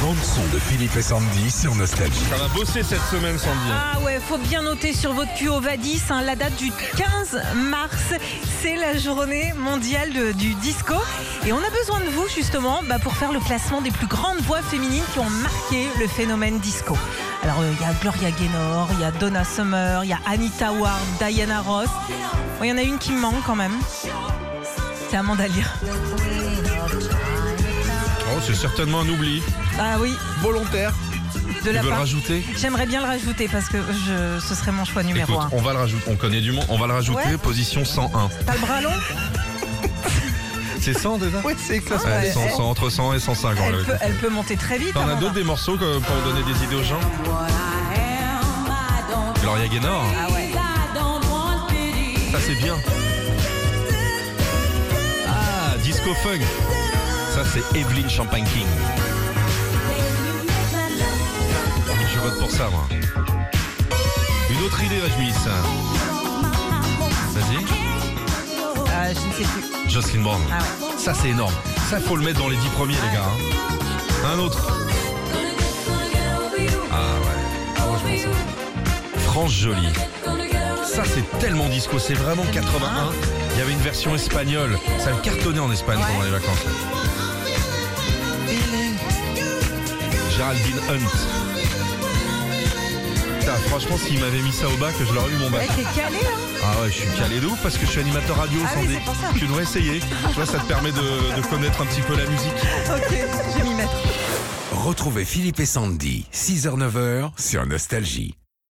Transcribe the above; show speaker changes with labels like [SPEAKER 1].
[SPEAKER 1] bande-son de Philippe et Sandy sur Nostalgie.
[SPEAKER 2] Ça va bosser cette semaine, Sandy. hein.
[SPEAKER 3] Ah ouais, faut bien noter sur votre cul au Vadis hein, la date du 15 mars. C'est la journée mondiale de- du disco. Et on a besoin de vous justement bah, pour faire le classement des plus grandes voix féminines qui ont marqué le phénomène disco. Alors euh, il y a Gloria Gaynor, il y a Donna Summer, il y a Anita Ward, Diana Ross. Bon, Il y en a une qui me manque quand même. C'est Amanda Lear.
[SPEAKER 2] Oh, c'est certainement un oubli.
[SPEAKER 3] Ah oui,
[SPEAKER 2] Volontaire.
[SPEAKER 3] de
[SPEAKER 2] Tu
[SPEAKER 3] la
[SPEAKER 2] veux le
[SPEAKER 3] part.
[SPEAKER 2] rajouter
[SPEAKER 3] J'aimerais bien le rajouter parce que je, ce serait mon choix numéro
[SPEAKER 2] Écoute,
[SPEAKER 3] 1.
[SPEAKER 2] on va le rajouter. On connaît du monde. On va le rajouter.
[SPEAKER 3] Ouais.
[SPEAKER 2] Position 101.
[SPEAKER 3] T'as le bras long
[SPEAKER 2] C'est 100 déjà
[SPEAKER 4] Ouais, c'est classe.
[SPEAKER 2] Ouais,
[SPEAKER 3] Ouais.
[SPEAKER 2] 100, 100, entre 100 et 105. on
[SPEAKER 3] elle
[SPEAKER 2] l'avait
[SPEAKER 3] peut,
[SPEAKER 2] compris.
[SPEAKER 3] elle peut monter très vite.
[SPEAKER 2] T'en as
[SPEAKER 3] Amanda.
[SPEAKER 2] d'autres des morceaux que- pour donner des idées aux gens Gloria Gaynor.
[SPEAKER 3] Ah ouais.
[SPEAKER 2] Ça c'est bien. Ah, disco funk. Ça c'est Evelyn Champagne King. Oh, Je vote pour ça moi. Une autre idée Rajmis. Vas-y.
[SPEAKER 3] Euh, je ne sais plus.
[SPEAKER 2] Jocelyn Brown.
[SPEAKER 3] Ah ouais.
[SPEAKER 2] Ça c'est énorme. Ça faut le mettre dans les 10 premiers les gars. hein. Un autre. Ah ouais. Franchement, ça. France Jolie. Ça c'est tellement disco, c'est vraiment 81. Il y avait une version espagnole. Ça a cartonné en Espagne
[SPEAKER 3] Ouais.
[SPEAKER 2] pendant les vacances. Géraldine Hunt. Putain, franchement, s'il m'avait mis ça au bac, je l'aurais eu mon bac.
[SPEAKER 3] Ouais, t'es calé, hein
[SPEAKER 2] Ah ouais, je suis calé de ouf parce que je suis animateur radio,
[SPEAKER 3] Ah
[SPEAKER 2] Sandy.
[SPEAKER 3] oui, c'est pour ça.
[SPEAKER 2] Tu devrais essayer. Tu vois, ça te permet de- de connaître un petit peu la musique.
[SPEAKER 3] Ok, je vais m'y mettre.
[SPEAKER 1] Retrouvez Philippe et Sandy, 6h-9h sur Nostalgie.